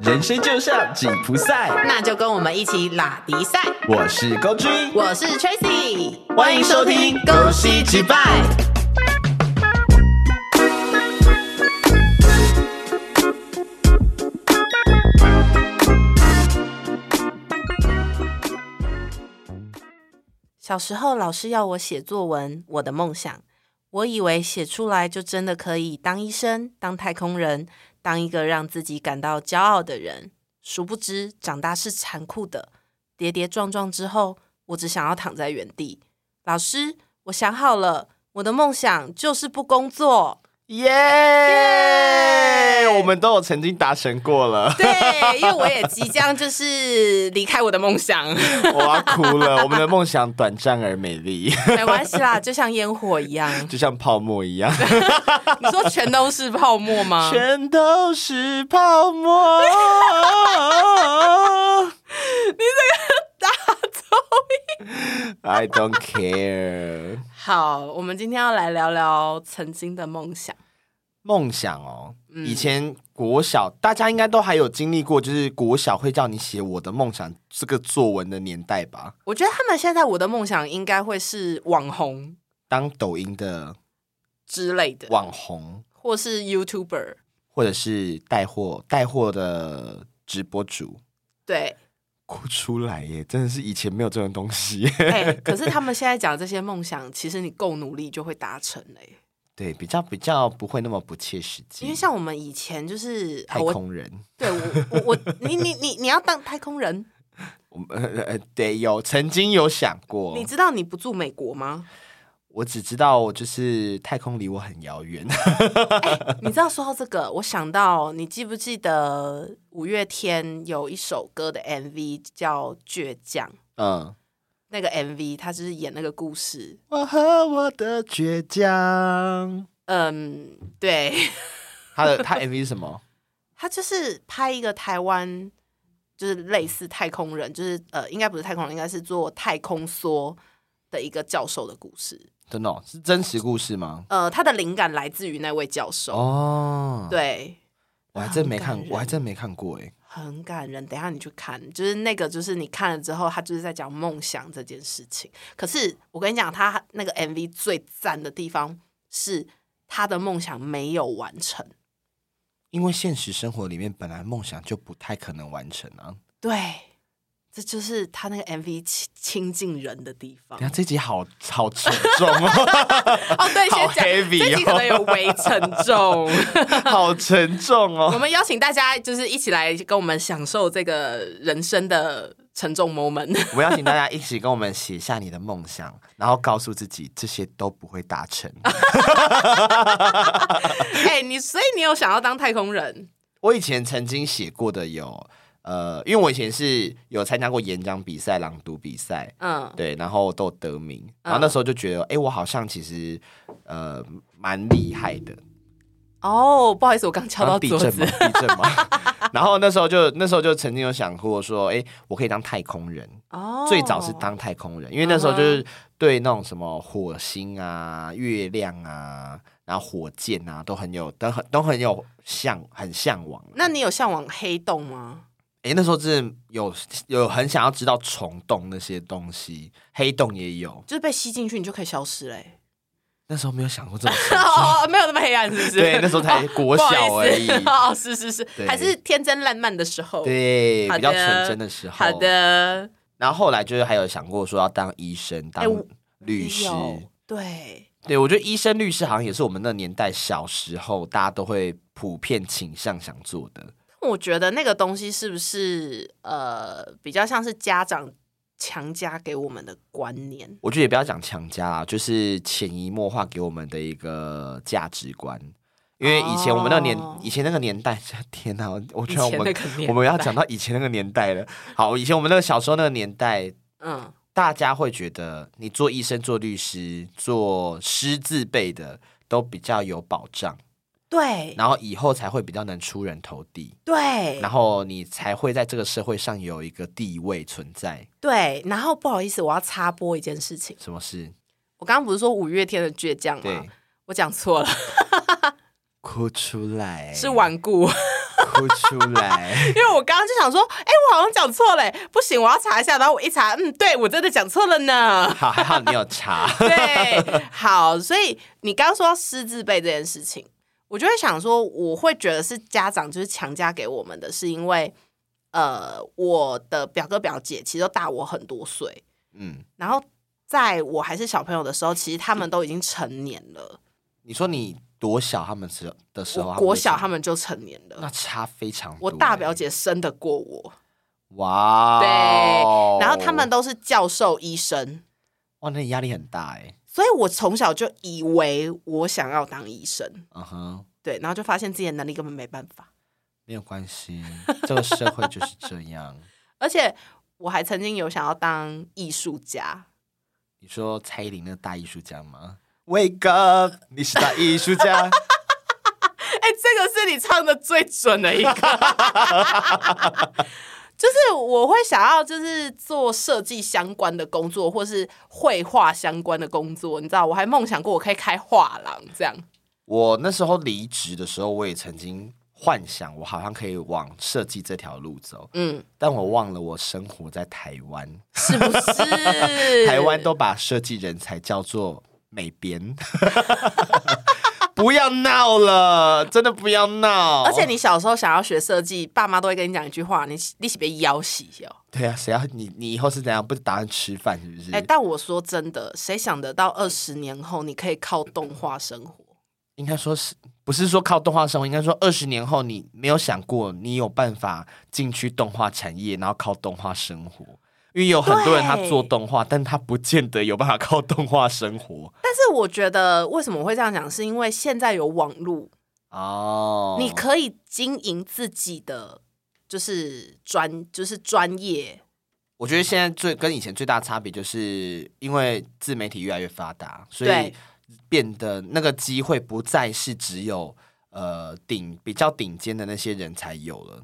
人生就像紧箍赛，那就跟我们一起拉迪赛。我是高君，我是 Tracy，欢迎收听《恭喜击败》。小时候，老师要我写作文，我的梦想，我以为写出来就真的可以当医生、当太空人、当一个让自己感到骄傲的人。殊不知，长大是残酷的，跌跌撞撞之后，我只想要躺在原地。老师，我想好了，我的梦想就是不工作。耶、我们都有曾经达成过 了，对， 因为我也即将就是离开我的梦想，我要哭了。我们的梦想短暂而美丽， 没关系啦，就像烟火一样。 就像泡沫一 样，你说全都是泡沫吗？全都是泡 沫。I don't care。好，我们今天要来聊聊曾经的梦想。梦想哦，以前国小大家应该都还有经历过，就是国小会叫你写我的梦想这个作文的年代吧，我觉得他们现在我的梦想应该会是网红当抖音的之类的，网红，或是 YouTuber。或者是带货带货的直播主。 对，哭出来耶！真的是以前没有这种东西耶。哎、可是他们现在讲这些梦想，其实你够努力就会达成嘞、对，比较比较不会那么不切实际。因为像我们以前就是，啊太我空人，对我我我你你你你要当太 空人，我们呃呃对有曾经有想过你，知道你不住美国吗？我只知道就是太空离我很遥远。 你知道说到这个，我想到你记不记得五月天有一首歌的 MV 叫《倔强》。嗯，那个 MV，他就是演那个故事。我和我的倔强。嗯，对，他的他 MV 是什么？他就是拍一个台湾，就是类似太空人，就是呃，应该不是太空人，应该是做太空梭的一个教授的故事。真的、哦、是真实故事吗？呃，他的灵感来自于那位教授。哦，，对，我还真没看很感，人我还真没看过哎。很感人。等一下你去看，就是那个，就是你看了之后，他就是在讲梦想这件事情。可是我跟你讲，他那个 MV 最赞的地方是他的梦想没有完成。因为现实生活里面本来梦想就不太可能完成啊。对，这就是他那个 MV 亲亲近人的地方 等。下这集好好沉重 哦，哦，对，好先讲， heavy 这集可能有微沉 重。好沉重 我哦。们邀请大家就是一起来跟我们享受这个人生的沉重 moment。我们邀请大家一起跟我们写下你的梦想，然后告诉自己这些都不会达成。哎、你所以你有想要当太空人？我以前曾经写过的有，呃，因为我以前是有参加过演讲比赛、朗读比赛，嗯，对，然后都有得名，然后那时候就觉得，哎、我好像其实呃蛮厉害的，嗯哦，不好意思，我刚敲到地桌震嘛，子。地震嘛。 然后那时候就那时候就曾经有想过说，哎、我可以当太空人，哦，嗯最早是当太空人，因为那时候就是对那种什么火星啊、月亮啊，然后火箭啊，都很有都很都很有向很向往。那你有向往黑洞吗？哎、那时候真的有有很想要知道虫洞那些东西，黑洞也有。就是被吸进去，你就可以消失 嘞、那时候没有想过这种事 欸。。哦，没有那么黑暗，是不 是？对，那时候才国小而已。不好意思哦，是是是，对还是天真烂漫的时 候。，对，好的比较纯真的时候。好。的，然后后来就是还有想过说要当医生、当哎我律师。有对，对，我觉得医生、律师好像也是我们那年代小时候大家都会普遍倾向想做的。我觉得那个东西是不是呃，比较像是家长强加给我们的观念？我觉得也不要讲强加啦，就是潜移默化给我们的一个价值观。因为以前我们那个年哦以前那个年代， 天哪！我我以觉得我前那们个年我代，们要讲到以前那个年代了。好，以前我们那个小时候那个年代，嗯，大家会觉得你做医生、做律师、做师字辈的都比较有保障，对然后以后才会比较能出人头地，对然后你才会在这个社会上有一个地位存在。对，然后不好意思，我要插播一件事情，什么事？我刚刚不是说五月天的倔强对，吗？我讲错了，哭出来，是顽固。，哭出来因为我刚刚就想说，哎、我好像讲错嘞，不行，我要查一下。然后我一查，嗯，对我真的讲错了呢。好，还好你有查， 对，好，所以你刚刚说到狮字辈这件事情，我就会想说，我会觉得是家长就是强加给我们的，是因为呃，我的表哥表姐其实都大我很多岁，嗯。然后在我还是小朋友的时候，其实他们都已经成年了，你说你多小他们时的时候我啊，国小哦他们们就成年那了。差非常多。欸我大表姐生得过我，哇哦，对，然后他们都是教授、医生，哇，那你压力很大哎。所以我从小就以为我想要当医生，嗯哼，对，然后就发现自己的能力根本没办法，没有关系， 这个社会就是这样。而且我还曾经有想要当艺术家，你说蔡依林那个大艺术家吗？Wake up，你是大艺术家。哎，这个是你唱的最准的一个，就是我会想要就是做设计相关的工作，或是绘画相关的工作，你知道，我还梦想过我可以开画廊这样， 我那时候离职的时候，我也曾经幻想我好像可以往设计这条路走，嗯，但我忘了我生活在台湾，是不 是？台湾都把设计人才叫做美编。 不要闹了，真的不要闹！而且你小时候想要学设计，爸妈都会跟你讲一句话：你你是别腰洗哦。对啊，谁要你？你以后是怎样？不是打算吃饭是不是？哎、但我说真的，谁想得到二十年后你可以靠动画生活？应该说是不是说靠动画生活？应该说二十年后你没有想过你有办法进去动画产业，然后靠动画生活。因为有很多人他对做动画，但他不见得有办法靠动画生活但是我觉得为什么我会这样讲，是因为现在有网络，哦。你可以经营自己的就是专就是专业。我觉得现在最跟以前最大的差别，就是因为自媒体越来越发达，所以对变得那个机会不再是只有呃顶比较顶尖的那些人才有了。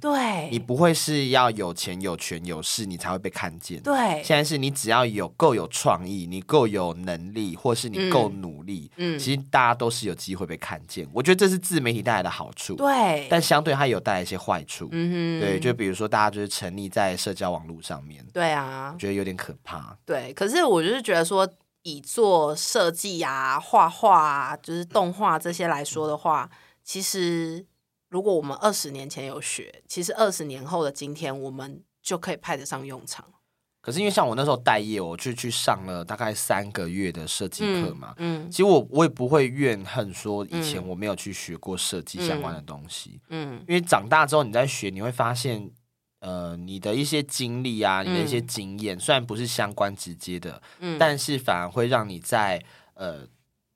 你对不会是要有钱、有权、有势，你才会被看见。对，现在是你只要有够有创意，你够有能力，或是你够努力，嗯，其实大家都是有机会被看见。我觉得这是自媒体带来的好处，对，但相对它也有带来一些坏处。嗯哼，对，就比如说大家就是沉溺在社交网络上面，对啊我，觉得有点可怕。对，可是我就是觉得说，以做设计啊、画画啊，就是动画这些来说的话，其实如果我们二十年前有学，其实二十年后的今天，我们就可以派得上用场。可是因为像我那时候待业，我就去上了大概三个月的设计课嘛。嗯其实我我也不会怨恨说以前我没有去学过设计相关的东西，嗯因为长大之后你在学，你会发现，呃，你的一些经历啊，你的一些嗯经验，虽然不是相关直接的，嗯，但是反而会让你在呃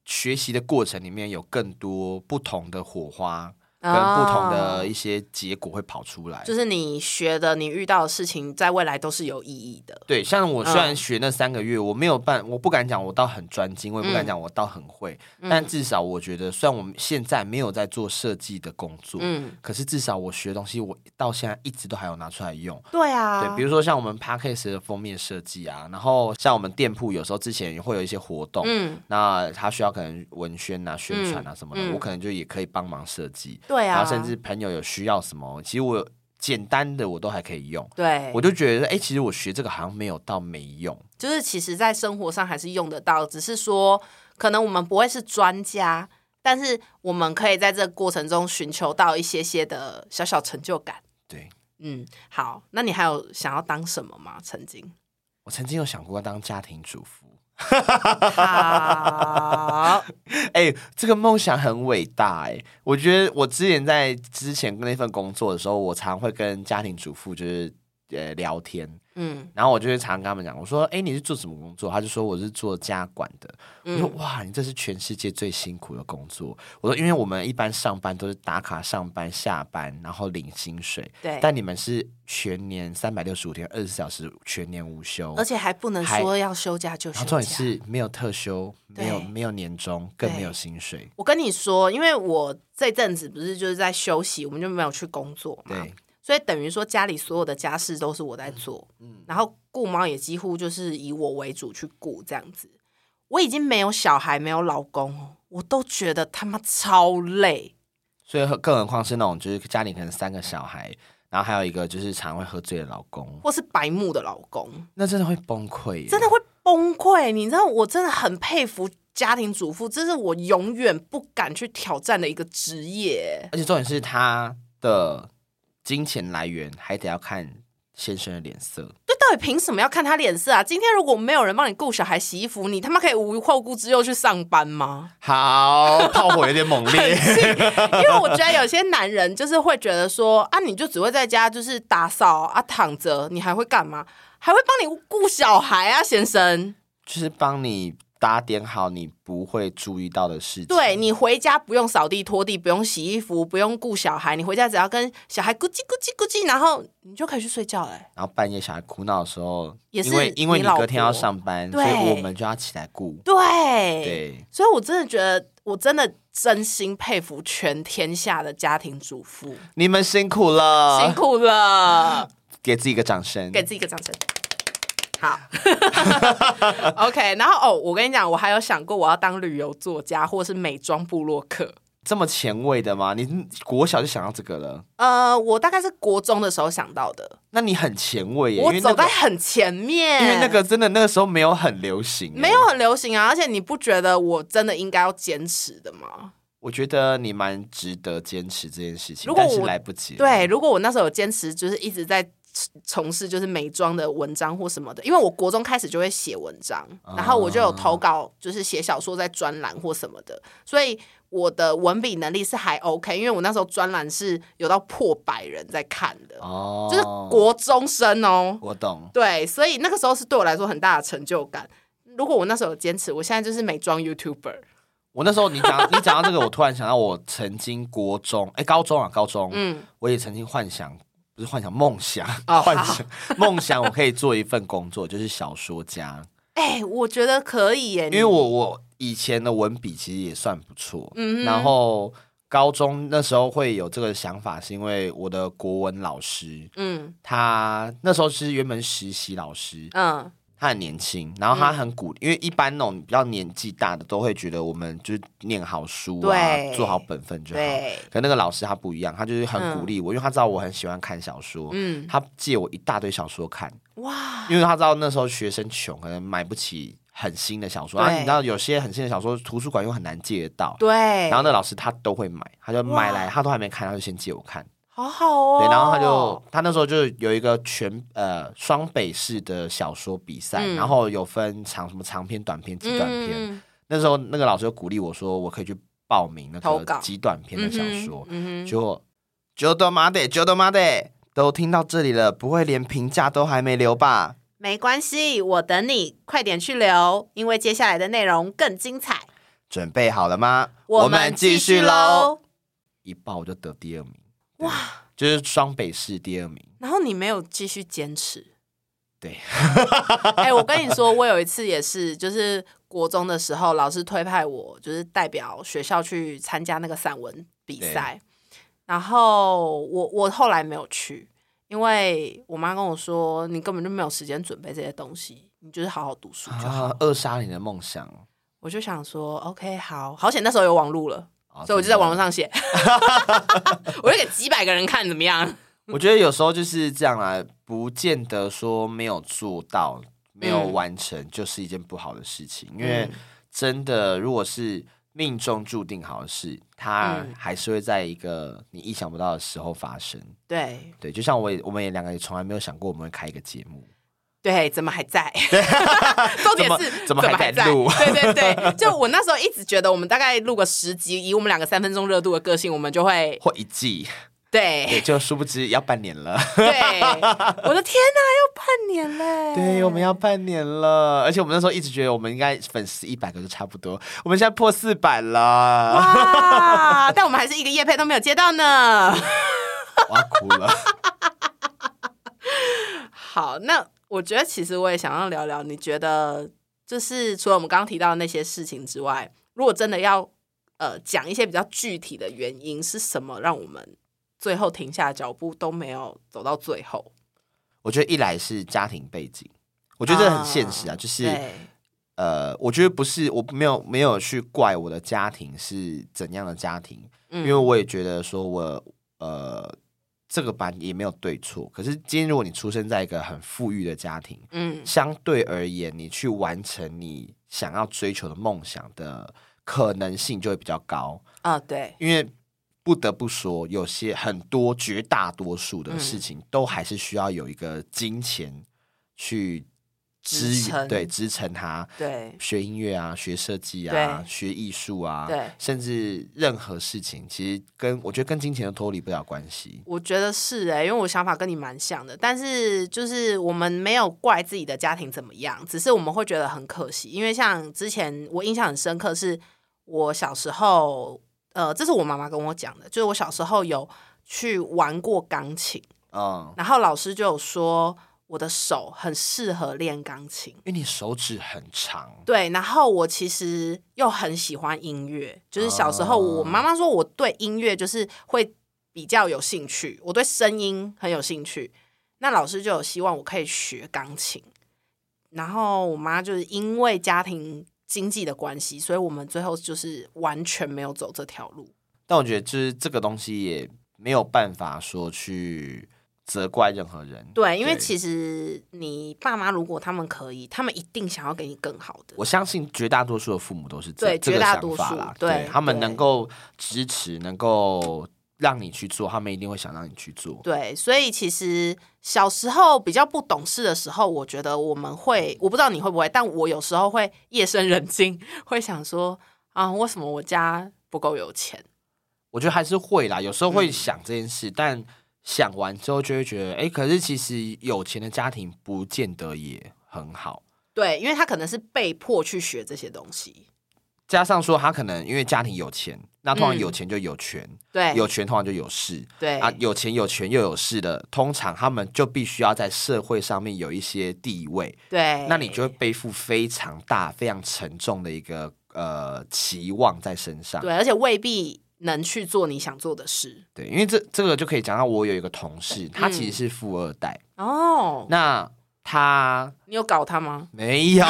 学习的过程里面有更多不同的火花，跟不同的哦一些结果会跑出来。就是你学的、你遇到的事情，在未来都是有意义的。对，像我虽然嗯学那三个月，我没有办，我不敢讲我到很专精，我也不敢嗯讲我到很会，但至少我觉得，虽然我们现在没有在做设计的工作，嗯，可是至少我学的东西，我到现在一直都还有拿出来用。对啊，对，比如说像我们 p a c k a g e 的封面设计啊，然后像我们店铺有时候之前也会有一些活动，嗯，那他需要可能文宣啊、宣传啊什么的，嗯我可能就也可以帮忙设计，对然啊，后甚至朋友有需要什么，其实我有简单的我都还可以用。对我，就觉得，哎、其实我学这个好像没有到没用，就是其实，在生活上还是用得到，只是说可能我们不会是专家，但是我们可以在这个过程中寻求到一些些的小小成就感。对。嗯，好，那你还有想要当什么吗？曾经，我曾经有想过要当家庭主妇， 好，哎、这个梦想很伟大哎、我觉得我之前在之前那份工作的时候，我常会跟家庭主妇就是呃聊天，嗯然后我就会常跟他们讲，我说：“哎，你是做什么工作？”他就说：“我是做家管的。我说：“嗯，哇，你这是全世界最辛苦的工作。”我说：“因为我们一般上班都是打卡上班、下班，然后领薪水，对，但你们是全年三百六十五天、二十小时全年无休，而且还不能还说要休假就然休后重假。点是没有特休，没有对没有年终，更对没有薪水。我跟你说，因为我这阵子不是就是在休息，我们就没有去工作嘛。对，所以等于说家里所有的家事都是我在做，然后顾猫也几乎就是以我为主去顾这样子。我已经没有小孩，没有老公哦，我都觉得他妈超累。所以更何况是那种就是家里可能三个小孩，然后还有一个就是常会喝醉的老公，或是白目的老公，那真的会崩溃耶，真的会崩溃。你知道，我真的很佩服家庭主妇，这是我永远不敢去挑战的一个职业。而且重点是他的金钱来源还得要看先生的脸色。对，到底凭什么要看他脸色啊？今天如果没有人帮你顾小孩、洗衣服，你他妈可以无后顾之忧去上班吗？好，炮火有点猛 烈， 因为我觉得有些男人就是会觉得说啊，你就只会在家就是打扫啊，躺着，你还会干嘛？还会帮你顾小孩啊，先生。就是帮你打点好你不会注意到的事情。对你回家不用扫地拖地，不用洗衣服，不用顾小孩，你回家只要跟小孩咕叽咕叽咕叽，然后你就可以去睡觉了、欸然后半夜小孩哭闹的时候，也是因为因为你你老隔天要婆上班，所对以我们就要起来顾。对，对，所以我真的觉得，我真的真心佩服全天下的家庭主妇，你们辛苦了，辛苦了，给自己一个掌声。给自己一个掌声。好 ，OK。然后哦，我跟你讲，我还有想过我要当旅游作家或是美妆部落客。这么前卫的吗？你国小就想到这个了，呃，我大概是国中的时候想到的，那你很前卫耶，因我为那走个在很前面，因为那个真的那个时候没有很流行，没有。很流行啊，而且你不觉得我真的应该要坚持的吗？我觉得你蛮值得坚持这件事情如，果但是我来不及。对，，如果我那时候有坚持，就是一直在从事就是美妆的文章或什么的，因为我国中开始就会写文章，然后我就啊有投稿，就是写小说在专栏或什么的，所以我的文笔能力是还 OK，因为我那时候专栏是有到破百人在看的，哦，就是国中生哦，我懂。对，所以那个时候是对我来说很大的成就感。如果我那时候有坚持，我现在就是美妆 YouTuber。我那时候你讲你讲到这个，我突然想到我曾经国中哎、高中啊高中，嗯我也曾经幻想不是幻想梦想、 哦 幻想梦想，我可以做一份工作，就是小说家，哎、我觉得可以耶，因为我我以前的文笔其实也算不错，嗯哼然后。高中那时候会有这个想法，是因为我的国文老师，嗯他那时候是原本实习老师，嗯他很年轻，然后他很鼓，因为一般那种比较年纪大的都会觉得我们就是念好书啊，对做好本分就好。对，可那个老师他不一样，他就是很鼓励我，因为他知道我很喜欢看小说，嗯他借我一大堆小说看，哇，因为他知道那时候学生穷，可能买不起很新的小说，啊对然后你知道有些很新的小说图书馆又很难借得到。对，然后那老师他都会买，他就买来，哇他都还没看，他就先借我看。好好哦，对，然后他就他那时候就有一个全呃双北市的小说比赛，嗯然后有分长什么长篇、短篇、极短篇。嗯那时候那个老师就鼓励我说，我可以去报名那投个稿极短篇的小说。嗯哼嗯哼结果就都妈的，就都妈的，都听到这里了，不会连评价都还没留吧？没关系，我等你，快点去留，因为接下来的内容更精彩。准备好了吗？们继续续喽！。一报我就得第二名，哇，就是双北市第二名。然后你没有继续坚持。对， 哎、我跟你说，我有一次也是，就是国中的时候，老师推派我，就是代表学校去参加那个散文比赛。然后我我后来没有去，因为我妈跟我说，你根本就没有时间准备这些东西，你就是好好读书就好。啊，扼杀你的梦想。我就想说，OK，好好险，那时候有网路了，啊所以我就在网络。真的 上写， 我就给几百个人看，怎么样？我觉得有时候就是这样啦，不见得说没有做到、没有完成就是一件不好的事情，因为真的如果是命中注定好的事，它嗯还是会在一个你意想不到的时候发生。对对，就像我也，我们也两个也从来没有想过我们会开一个节目，对，怎么还在？重点是怎么怎么还在在录对对对，就我那时候一直觉得，我们大概录个十集，以我们两个三分钟热度的个性，我们就会或一季，对也就殊不知要半年了。对。我的天哪，要半年嘞！对，我们要半年了，而且我们那时候一直觉得我们应该粉丝一百个就差不多，我们现在破四百了，哇，但我们还是一个叶配都没有接到呢。我要哭了。好，那我觉得其实我也想要聊聊，你觉得就是除了我们刚刚提到的那些事情之外，如果真的要呃讲一些比较具体的原因是什么，让我们最后停下脚步都没有走到最后？哦我觉得一来是家庭背景，我觉得这很现实啊，就是对呃，我觉得不是，我没有没有去怪我的家庭是怎样的家庭，因为嗯我也觉得说我呃这个班也没有对错。可是今天如果你出生在一个很富裕的家庭，嗯相对而言，你去完成你想要追求的梦想的可能性就会比较高，啊，对，因为。不得不说，有些很多绝大多数嗯的事情，都还是需要有一个金钱去支支撑对支撑它，对，学音乐啊，学设计啊，对学艺术啊，对甚至任何事情，其实跟我觉得跟金钱都脱离不了关系。我觉得是哎、因为我想法跟你蛮像的，但是就是我们没有怪自己的家庭怎么样，只是我们会觉得很可惜，因为像之前我印象很深刻是，我小时候，呃，这是我妈妈跟我讲的，就是我小时候有去玩过钢琴，嗯，然后老师就有说我的手很适合练钢琴。因为你手指很长，对，然后我其实又很喜欢音乐，就是小时候我哦妈妈说我对音乐就是会比较有兴趣，我对声音很有兴趣。那老师就有希望我可以学钢琴，然后我妈就是因为家庭经济的关系，所以我们最后就是完全没有走这条路。但我觉得就是这个东西也没有办法说去责怪任何人。对，因为对其实你爸妈如果他们可以，他们一定想要给你更好的。我相信绝大多数的父母都是这对这个绝大想多法数啦，对他们对能够支持，能够让你去做，他们一定会想让你去做。对，所以其实小时候比较不懂事的时候，我觉得我们会，我不知道你会不会，但我有时候会夜深人静，会想说啊，为什么我家不够有钱？我觉得还是会啦，有时候嗯会想这件事，但想完之后就会觉得，哎、可是其实有钱的家庭不见得也很好。对，因为他可能是被迫去学这些东西。加上说，他可能因为家庭有钱，那通常嗯有钱就有权，对，有权通常就有势对啊，有钱有权又有势的，通常他们就必须要在社会上面有一些地位，对，那你就会背负非常大、非常沉重的一个呃期望在身上。对，而且未必能去做你想做的事。对，因为这这个就可以讲到我有一个同事，他其嗯实是富二代，哦，那他你有搞他吗？没有，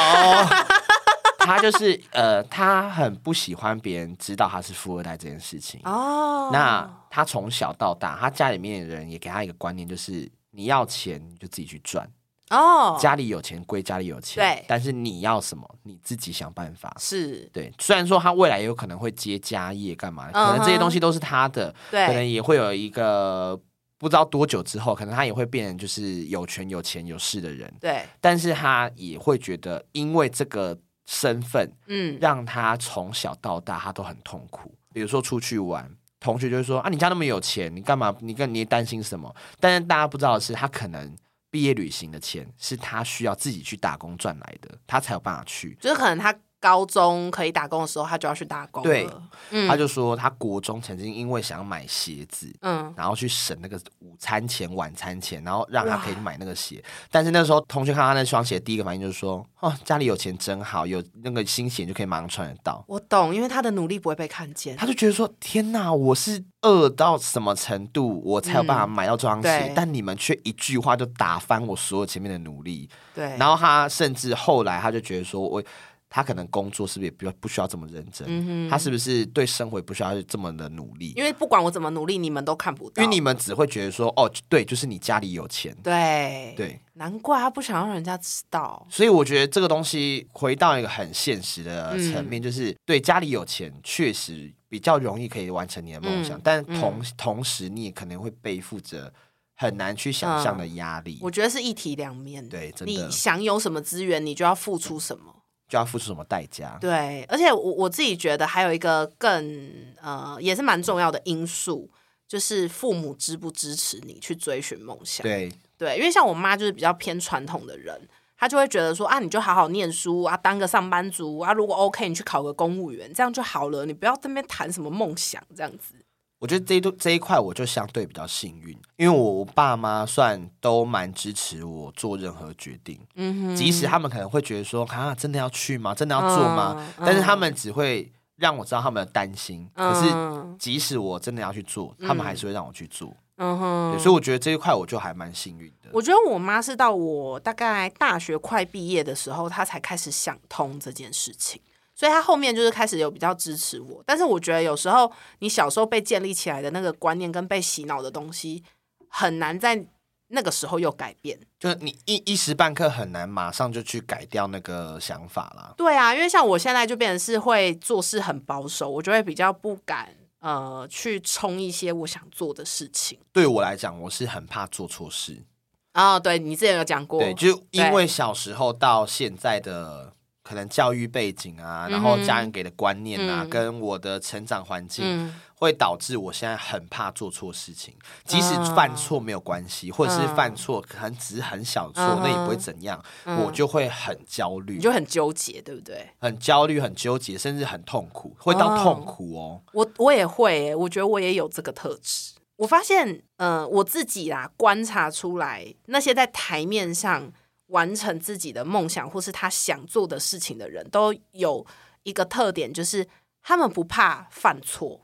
他就是呃，他很不喜欢别人知道他是富二代这件事情。哦，那他从小到大，他家里面的人也给他一个观念，就是你要钱你就自己去赚，哦，家里有钱归家里有钱，对但是你要什么你自己想办法。是，对，虽然说他未来有可能会接家业干嘛，可能这嗯些哼东西都是他的，可能对，也会有一个不知道多久之后，可能他也会变成就是有权有钱有势的人。对，但是他也会觉得，因为这个身份，嗯，让他从小到大他都很痛苦。比如说出去玩，同学就会说啊，你家那么有钱，你干嘛？你跟你担心什么？但是大家不知道的是，他可能毕业旅行的钱是他需要自己去打工赚来的，他才有办法去。就是可能他高中可以打工的时候，他就要去打工对了，嗯，他就说，他国中曾经因为想买鞋子，嗯，然后去省那个午餐钱、晚餐钱，然后让他可以去买那个鞋。但是那时候同学看到他那双鞋，第一个反应就是说：“哦，家里有钱真好，有那个新鞋就可以马上穿得到。我懂，因为他的努力不会被看”见他。就觉得说：“天哪，我是饿到什么程度，我才有办法买到这双鞋？嗯对但你们却一句话就打翻我所有前面的努力。”对，然后他甚至后来他就觉得说：“我。”他可能工作是不是也不不需要这么认真？嗯哼他是不是对生活也不需要这么的努力？因为不管我怎么努力，你们都看不到。因为你们只会觉得说，哦，对，就是你家里有钱，对，对，难怪他不想让人家知道。所以我觉得这个东西回到一个很现实的嗯层面，就是对家里有钱确实比较容易可以完成你的梦想，嗯但同、同时你也可能会背负着很难去想象的压力，嗯我觉得是一体两面。对真的嗯你享有什么资源，你就要付出什么。就要付出什么代价？对，而且我我自己觉得还有一个更呃，也是蛮重要的因素，就是父母支不支持你去追寻梦想。对，对，因为像我妈就是比较偏传统的人，她就会觉得说啊，你就好好念书啊，当个上班族啊，如果 OK，你去考个公务员，这样就好了，你不要这边谈什么梦想这样子。我觉得这一度这一块我就相对比较幸运，因为我我爸妈算都蛮支持我做任何决定，嗯哼，即使他们可能会觉得说啊，真的要去吗？真的要做吗？嗯但是他们只会让我知道他们的担心。可是嗯即使我真的要去做，他们还是会让我去做。嗯对哼，所以我觉得这一块我就还蛮幸运的。我觉得我妈是到我大概大学快毕业的时候，她才开始想通这件事情，所以她后面就是开始有比较支持我。但是我觉得有时候你小时候被建立起来的那个观念跟被洗脑的东西，很难在那个时候又改变。就是你一一时半刻很难马上就去改掉那个想法啦。对啊，因为像我现在就变成是会做事很保守，我就会比较不敢呃去冲一些我想做的事情。对我来讲，我是很怕做错事。哦，对你之前有讲过，对，就因为小时候到现在的可能教育背景啊，然后家人给的观念啊，嗯跟我的成长环境，嗯会导致我现在很怕做错事情。即使嗯犯错没有关系，或者是犯错可能只是很小错，嗯那也不会怎样，嗯我就会很焦虑你，就很纠结，对不对？很焦虑，很纠结，甚至很痛苦，会到哦痛苦哦。我我也会耶、我觉得我也有这个特质。我发现，呃，我自己啦，观察出来那些在台面上完成自己的梦想或是他想做的事情的人，都有一个特点，就是他们不怕犯错，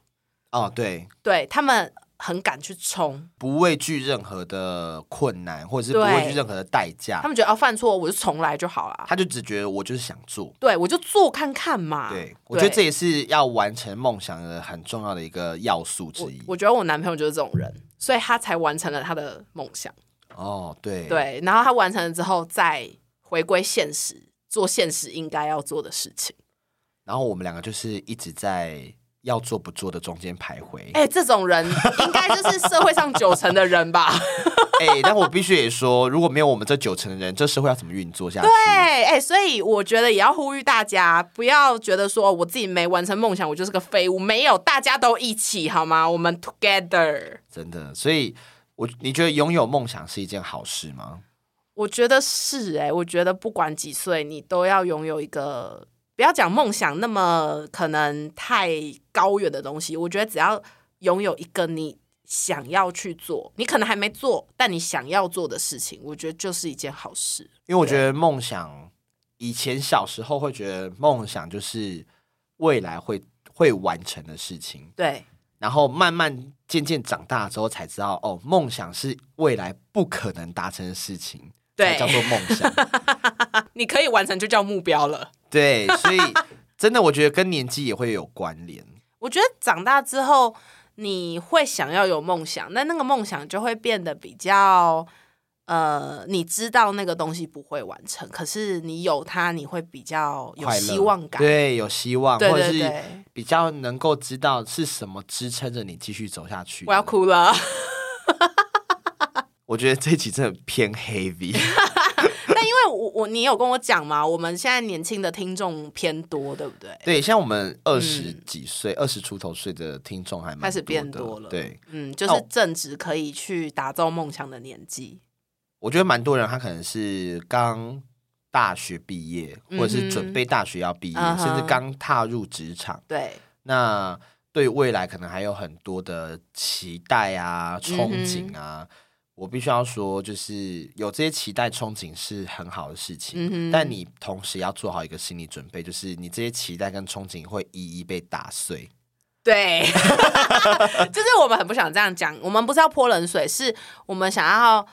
哦，对，对他们很敢去冲，不畏惧任何的困难，或者是不畏惧对任何的代价他，们觉得哦，犯错我就重来就好啦，他就只觉得我就是想做。对我就做看看嘛。对，我觉得这也是要完成梦想的很重要的一个要素之我一。我觉得我男朋友就是这种人，所以他才完成了他的梦想。哦，对，，对，然后他完成了之后，再回归现实，做现实应该要做的事情。然后我们两个就是一直在要做不做的中间徘徊。哎、这种人应该就是社会上九成的人吧？ 哎、但我必须也说，如果没有我们这九成的人，这社会要怎么运作下去？对，哎、所以我觉得也要呼吁大家，不要觉得说哦我自己没完成梦想，我就是个废物。没有，大家都一起好吗？我们 together。真的，所以我你觉得拥有梦想是一件好事吗？我觉得是哎、我觉得不管几岁，你都要拥有一个，不要讲梦想那么可能太高远的东西。我觉得只要拥有一个你想要去做，你可能还没做，但你想要做的事情，我觉得就是一件好事。因为我觉得梦想，以前小时候会觉得梦想就是未来会会完成的事情，对，然后慢慢渐渐长大之后才知道，哦，梦想是未来不可能达成的事情，对才叫做梦想。你可以完成就叫目标了。对，所以真的我觉得跟年纪也会有关联。我觉得长大之后，你会想要有梦想，那那个梦想就会变得比较，呃，你知道那个东西不会完成，可是你有它，你会比较有快乐希望感。对，有希望，对对或者是对，比较能够知道是什么支撑着你继续走下去。我要，哭了。我觉得这一集真的偏 heavy。 但因为我我你有跟我讲嘛，我们现在年轻的听众偏多，对不对？对，像我们二十几岁、二十、出头岁的听众还蛮嗯开始多变的多了对，嗯，就是哦正值可以去打造梦想的年纪。我觉得蛮多人他可能是刚大学毕业，或者嗯哼是准备大学要毕业，嗯哼甚至刚踏入职场，对，那对未来可能还有很多的期待啊、嗯憧憬啊。我必须要说，就是有这些期待、憧憬是很好的事情，嗯哼但你同时要做好一个心理准备，就是你这些期待跟憧憬会一一被打碎。对， 就是我们很不想这样讲，我们不是要泼冷水，是我们想要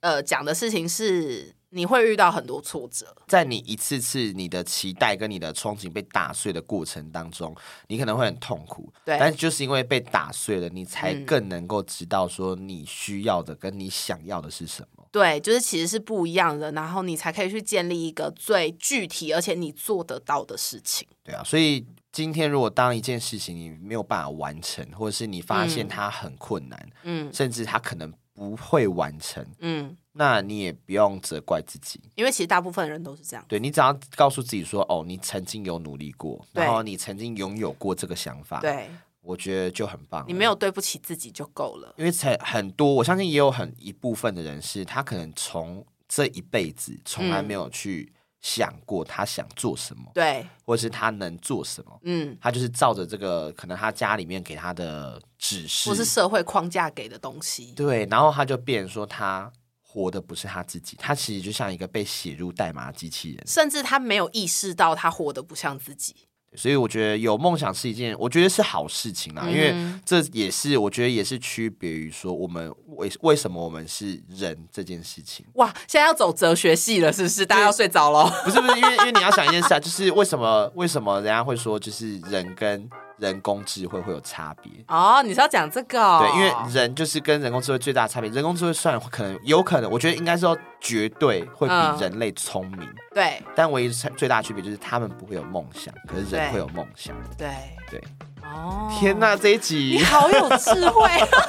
呃讲的事情是你会遇到很多挫折，在你一次次你的期待跟你的憧憬被打碎的过程当中，你可能会很痛苦，对但就是因为被打碎了，你才嗯更能够知道说你需要的跟你想要的是什么。对，就是其实是不一样的，然后你才可以去建立一个最具体而且你做得到的事情。对啊，所以今天如果当一件事情你没有办法完成，或者是你发现它很困难，嗯甚至它可能不会完成，嗯，那你也不用责怪自己。因为其实大部分人都是这样。对你只要告诉自己说，哦，你曾经有努力过，对然后你曾经拥有过这个想法，对我觉得就很棒了。你没有对不起自己就够了。因为才很多，我相信也有很一部分的人是他可能从这一辈子从嗯来没有去想过他想做什么，对，或者是他能做什么。嗯，他就是照着这个，可能他家里面给他的指示或，是社会框架给的东西。对，然后他就变成说他活的不是他自己，他其实就像一个被写入代码的机器人。甚至他没有意识到他活得不像自己，所以我觉得有梦想是一件，我觉得是好事情啦，因为嗯这也是我觉得也是区别于说我们为为什么我们是人这件事情。哇，现在要走哲学系了，是不是？大家要睡着了。不是不是，因为因为你要想一件事啊，就是为什么为什么人家会说就是人跟人工智慧会有差别？ 哦，你是要讲这个、哦？对，因为人就是跟人工智慧最大的差别，人工智慧虽然可能有可能，我觉得应该是说绝对会嗯比人类聪明，对但唯一差最大的区别就是他们不会有梦想，可是对人会有梦想。对对，哦，天哪，这一你集好有智慧，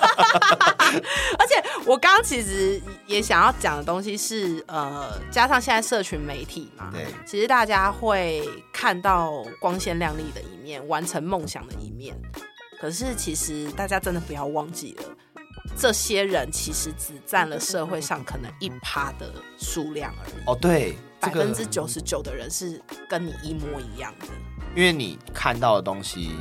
而且我刚刚其实也想要讲的东西是，呃，加上现在社群媒体嘛，对，其实大家会看到光鲜亮丽的一面，完成梦想的一面。可是其实大家真的不要忘记了，这些人其实只占了社会上可能一趴的数量而已，哦，对，这百个分之九十九的人是跟你一模一样的。因为你看到的东西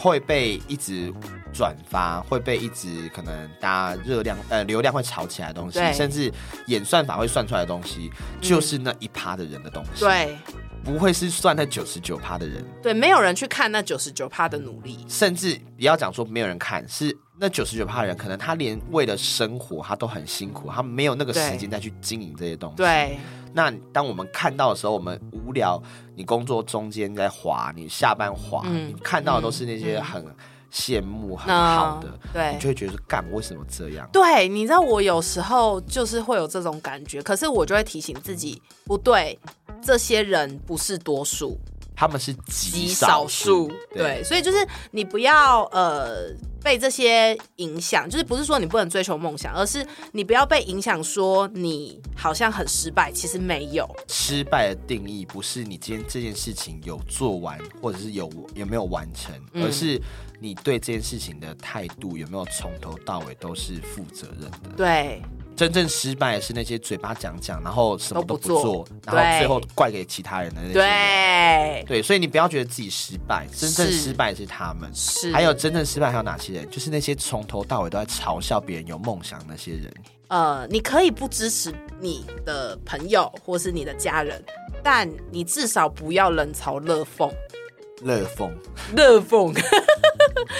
会被一直转发，会被一直可能大家热量呃流量会炒起来的东西对，甚至演算法会算出来的东西，就是那一趴的人的东西，，对不会是算那九十九趴的人，对，没有人去看那九十九趴的努力。甚至不要讲说没有人看，是那九十九趴的人，可能他连为了生活他都很辛苦，他没有那个对时间再去经营这些东西，对，那当我们看到的时候，我们无聊，你工作中间在滑，你下班滑，嗯你看到的都是那些很羡慕、很那好的，嗯对你就会觉得干为什么这样？对，你知道我有时候就是会有这种感觉，可是我就会提醒自己，不对，这些人不是多数，他们是极极少数，数。对，所以就是你不要呃被这些影响，就是不是说你不能追求梦想，而是你不要被影响，说你好像很失败，其实没有。失败的定义不是你今天这件事情有做完，或者是有有没有完成，嗯而是你对这件事情的态度有没有从头到尾都是负责任的。对，真正失败的是那些嘴巴讲讲，然后什么都都不不做做，然后对最后怪给其他人的那些人。对，对，所以你不要觉得自己失败，真正是失败是他们。是。还有真正失败还有哪些人？就是那些从头到尾都在嘲笑别人有梦想的那些人。呃，你可以不支持你的朋友或是你的家人，但你至少不要冷嘲热讽。乐风，热讽，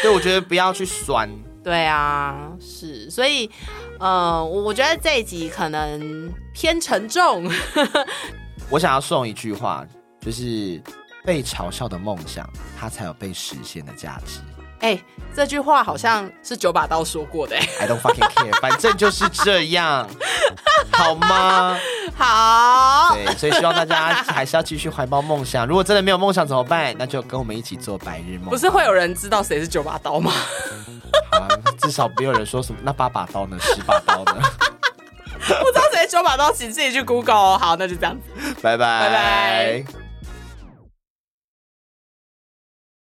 对，我觉得不要去酸。 对啊，是，所以，呃，我我觉得这一集可能偏沉 重，我想要送一句话，就是被嘲笑的梦想，它才有被实现的价值。哎、这句话好像是九把刀说过的、哎 I don't fucking care，反正就是这样，好吗？ 好，对，所以希望大家还是要继续怀抱梦想。如果真的没有梦想怎么办？那就跟我们一起做白日梦。不是会有人知道谁是九把刀 吗？好啊，至少没有人说什么那八把刀呢，十把刀呢。 不知道谁是九把刀，请自己去 Google 哦。好，那就这样子。拜拜拜拜